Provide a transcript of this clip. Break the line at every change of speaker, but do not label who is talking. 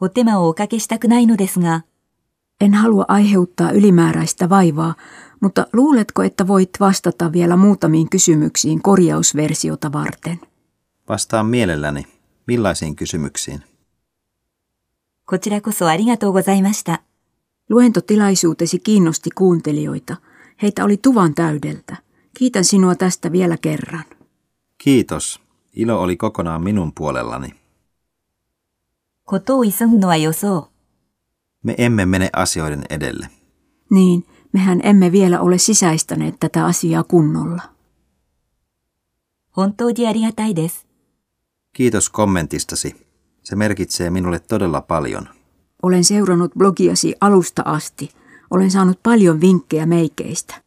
お手間をおかけしたくないのですが、
En halua aiheuttaa ylimääräistä vaivaa, mutta luuletko, että voit vastata vielä muutamiin kysymyksiin korjausversiota varten?
Vastaan mielelläni. Millaisiin kysymyksiin?
こちらこそありがとうございました。
Luentotilaisuutesi kiinnosti kuuntelijoita. Heitä oli tuvan täydeltä. Kiitän sinua tästä vielä kerran.
Kiitos. Ilo oli kokonaan minun puolellani.
ことを急ぐのは予想。
Me emme mene asioiden edelle.
Niin, mehän emme vielä ole sisäistäneet tätä asiaa kunnolla.
本当にありがたいです。
Kiitos kommentistasi. Se merkitsee minulle todella paljon.
Olen seurannut blogiasi alusta asti. Olen saanut paljon vinkkejä meikeistä.